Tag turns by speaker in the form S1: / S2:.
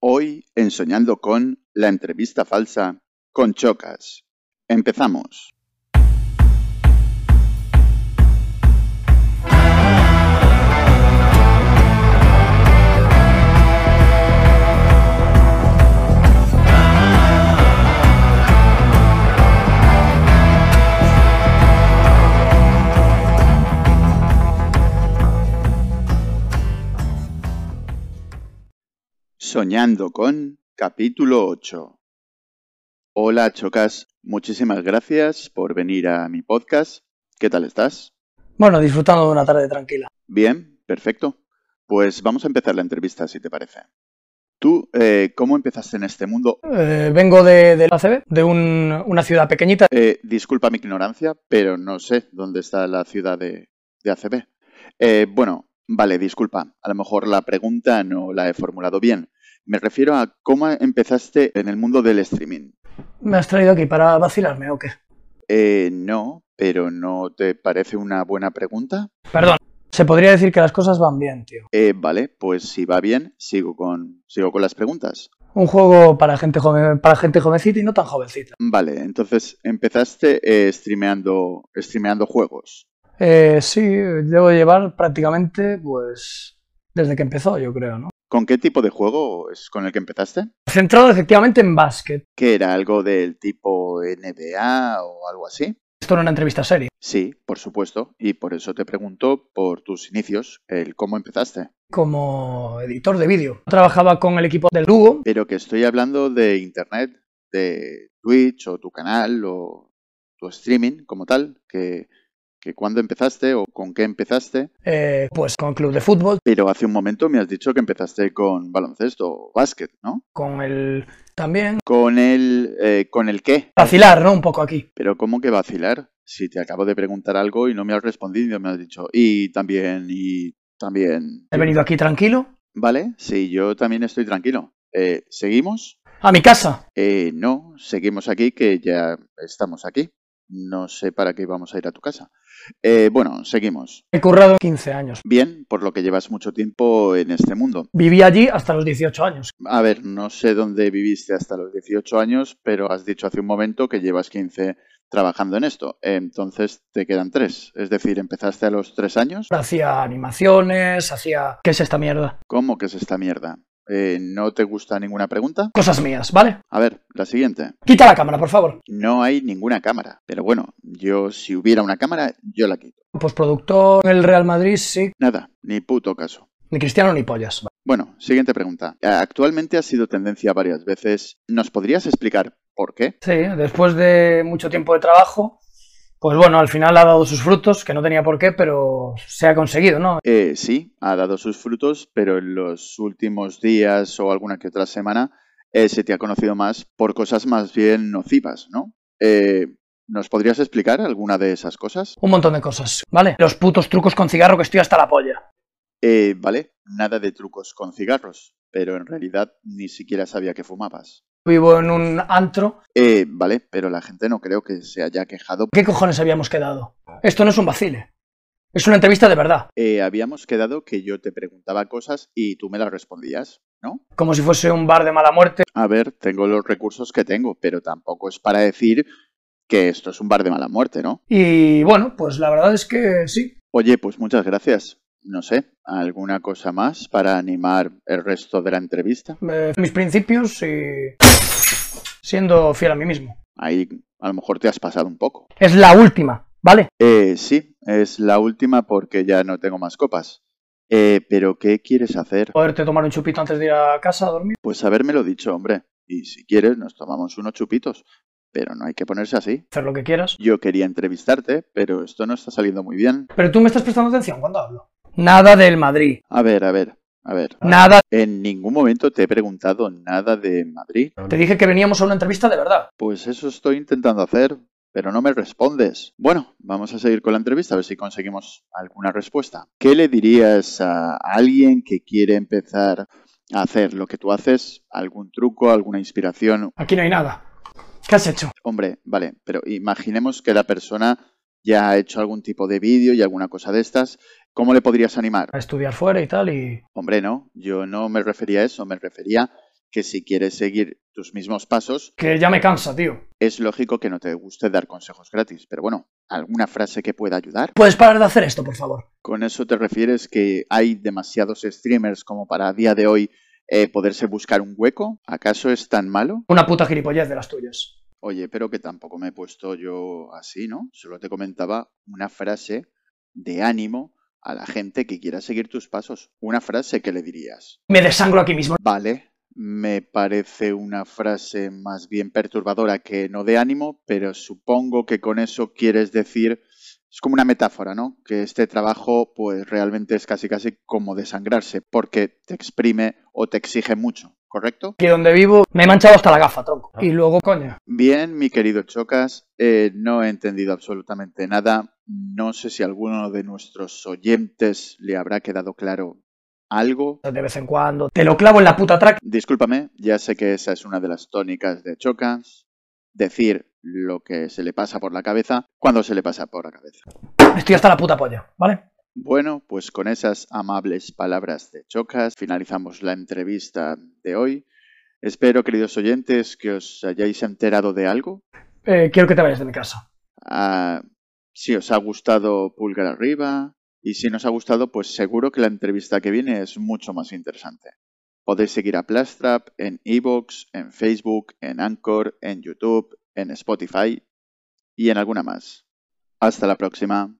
S1: Hoy en Soñando con la entrevista falsa con Chocas. Empezamos. Soñando con capítulo 8. Hola Chocas, muchísimas gracias por venir a mi podcast. ¿Qué tal estás?
S2: Bueno, disfrutando de una tarde tranquila.
S1: Bien, perfecto. Pues vamos a empezar la entrevista, si te parece. Tú, eh, ¿cómo empezaste en este mundo?
S2: Eh, vengo de, de la CB, de un- una ciudad pequeñita.
S1: Eh, disculpa mi ignorancia, pero no sé dónde está la ciudad de, de ACB. Eh, bueno, vale, disculpa. A lo mejor la pregunta no la he formulado bien. Me refiero a cómo empezaste en el mundo del streaming.
S2: ¿Me has traído aquí para vacilarme o qué?
S1: Eh, no, pero ¿no te parece una buena pregunta?
S2: Perdón. Se podría decir que las cosas van bien, tío.
S1: Eh, vale, pues si va bien, sigo con, sigo con las preguntas.
S2: Un juego para gente, joven, para gente jovencita y no tan jovencita.
S1: Vale, entonces empezaste eh, streameando, streameando juegos.
S2: Eh, sí, debo llevar prácticamente, pues, desde que empezó, yo creo, ¿no?
S1: ¿Con qué tipo de juego es con el que empezaste?
S2: Centrado efectivamente en básquet.
S1: ¿Que era algo del tipo NBA o algo así?
S2: Esto era una entrevista seria.
S1: Sí, por supuesto, y por eso te pregunto por tus inicios, el cómo empezaste.
S2: Como editor de vídeo. Trabajaba con el equipo del Lugo.
S1: Pero que estoy hablando de internet, de Twitch o tu canal o tu streaming como tal, que, que cuándo empezaste o con qué empezaste.
S2: eh, pues con el club de fútbol,
S1: Pero hace un momento me has dicho que empezaste con baloncesto o básquet, ¿no?
S2: con el... También...
S1: ¿Con el, eh, ¿Con el qué?
S2: Vacilar, ¿no? Un poco aquí.
S1: Pero ¿cómo que vacilar? Si te acabo de preguntar algo y no me has respondido, me has dicho, y también, y también.
S2: He venido aquí tranquilo,
S1: ¿Vale? Sí, yo también estoy tranquilo. Eh, ¿Seguimos?
S2: a mi casa.
S1: Eh, no, seguimos aquí, que ya estamos aquí. No sé para qué vamos a ir a tu casa. Eh, bueno, seguimos.
S2: He currado 15 años.
S1: Bien, por lo que llevas mucho tiempo en este mundo.
S2: Viví allí hasta los 18 años.
S1: A ver, no sé dónde viviste hasta los 18 años, pero has dicho hace un momento que llevas 15 trabajando en esto. Entonces te quedan 3. Es decir, empezaste a los 3 años.
S2: Hacía animaciones, hacía... ¿Qué es esta mierda?
S1: ¿Cómo que es esta mierda? Eh, ¿No te gusta ninguna pregunta?
S2: Cosas mías, ¿vale?
S1: A ver, la siguiente.
S2: Quita la cámara, por favor.
S1: No hay ninguna cámara. Pero bueno, yo si hubiera una cámara, yo la quito.
S2: Postproductor en el Real Madrid, sí.
S1: Nada, ni puto caso.
S2: Ni cristiano ni pollas.
S1: Bueno, siguiente pregunta. Eh, Actualmente ha sido tendencia varias veces. ¿Nos podrías explicar por qué?
S2: Sí, después de mucho tiempo de trabajo, pues bueno, al final ha dado sus frutos, que no tenía por qué, pero se ha conseguido, ¿no?
S1: Eh, sí, ha dado sus frutos, pero en los últimos días o alguna que otra semana eh, se te ha conocido más por cosas más bien nocivas, ¿no? Eh, ¿Nos podrías explicar alguna de esas cosas?
S2: Un montón de cosas, ¿vale? Los putos trucos con cigarro que estoy hasta la polla.
S1: Eh, vale, nada de trucos con cigarros, pero en realidad ni siquiera sabía que fumabas.
S2: Vivo en un antro.
S1: Eh, vale, pero la gente no creo que se haya quejado.
S2: ¿Qué cojones habíamos quedado? Esto no es un vacile. Es una entrevista de verdad.
S1: Eh, habíamos quedado que yo te preguntaba cosas y tú me las respondías, ¿no?
S2: como si fuese un bar de mala muerte.
S1: A ver, tengo los recursos que tengo, pero tampoco es para decir que esto es un bar de mala muerte, ¿no?
S2: Y bueno, pues la verdad es que sí.
S1: Oye, pues muchas gracias. No sé, ¿alguna cosa más para animar el resto de la entrevista?
S2: Eh, mis principios y siendo fiel a mí mismo.
S1: Ahí a lo mejor te has pasado un poco.
S2: Es la última, ¿vale?
S1: Eh, sí, es la última porque ya no tengo más copas. Eh, pero ¿qué quieres hacer?
S2: Poderte tomar un chupito antes de ir a casa a dormir.
S1: Pues habérmelo dicho, hombre. Y si quieres, nos tomamos unos chupitos. Pero no hay que ponerse así.
S2: Hacer lo que quieras.
S1: Yo quería entrevistarte, pero esto no está saliendo muy bien.
S2: Pero tú me estás prestando atención cuando hablo. Nada del Madrid.
S1: A ver, a ver, a ver.
S2: Nada.
S1: En ningún momento te he preguntado nada de Madrid.
S2: Te dije que veníamos a una entrevista de verdad.
S1: Pues eso estoy intentando hacer, pero no me respondes. Bueno, vamos a seguir con la entrevista a ver si conseguimos alguna respuesta. ¿Qué le dirías a alguien que quiere empezar a hacer lo que tú haces? ¿Algún truco, alguna inspiración?
S2: Aquí no hay nada. ¿Qué has hecho?
S1: Hombre, vale, pero imaginemos que la persona ya ha hecho algún tipo de vídeo y alguna cosa de estas. ¿Cómo le podrías animar?
S2: A estudiar fuera y tal y...
S1: Hombre, no, yo no me refería a eso, me refería que si quieres seguir tus mismos pasos,
S2: Que ya me cansa, tío.
S1: es lógico que no te guste dar consejos gratis. Pero bueno, ¿alguna frase que pueda ayudar?
S2: ¿Puedes parar de hacer esto, por favor?
S1: ¿Con eso te refieres que hay demasiados streamers como para a día de hoy eh, poderse buscar un hueco? ¿Acaso es tan malo?
S2: Una puta gilipollez de las tuyas.
S1: Oye, pero que tampoco me he puesto yo así, ¿no? Solo te comentaba una frase de ánimo a la gente que quiera seguir tus pasos. Una frase que le dirías.
S2: Me desangro aquí mismo.
S1: Vale, me parece una frase más bien perturbadora que no de ánimo, pero supongo que con eso quieres decir, es como una metáfora, ¿no? Que este trabajo pues realmente es casi casi como desangrarse, porque te exprime o te exige mucho, ¿correcto?
S2: Aquí donde vivo me he manchado hasta la gafa, tronco. Y luego, coño.
S1: Bien, mi querido Chocas, eh, no he entendido absolutamente nada. No sé si alguno de nuestros oyentes le habrá quedado claro algo.
S2: De vez en cuando te lo clavo en la puta track.
S1: Discúlpame, ya sé que esa es una de las tónicas de Chocas, decir lo que se le pasa por la cabeza cuando se le pasa por la cabeza.
S2: Estoy hasta la puta polla, ¿vale?
S1: Bueno, pues con esas amables palabras de Chocas finalizamos la entrevista de hoy. Espero, queridos oyentes, que os hayáis enterado de algo.
S2: Eh, quiero que te vayas de mi casa.
S1: Ah, si os ha gustado, pulgar arriba. Y si nos ha gustado, pues seguro que la entrevista que viene es mucho más interesante. Podéis seguir a Plastrap en Evox, en Facebook, en Anchor, en YouTube, en Spotify y en alguna más. Hasta la próxima.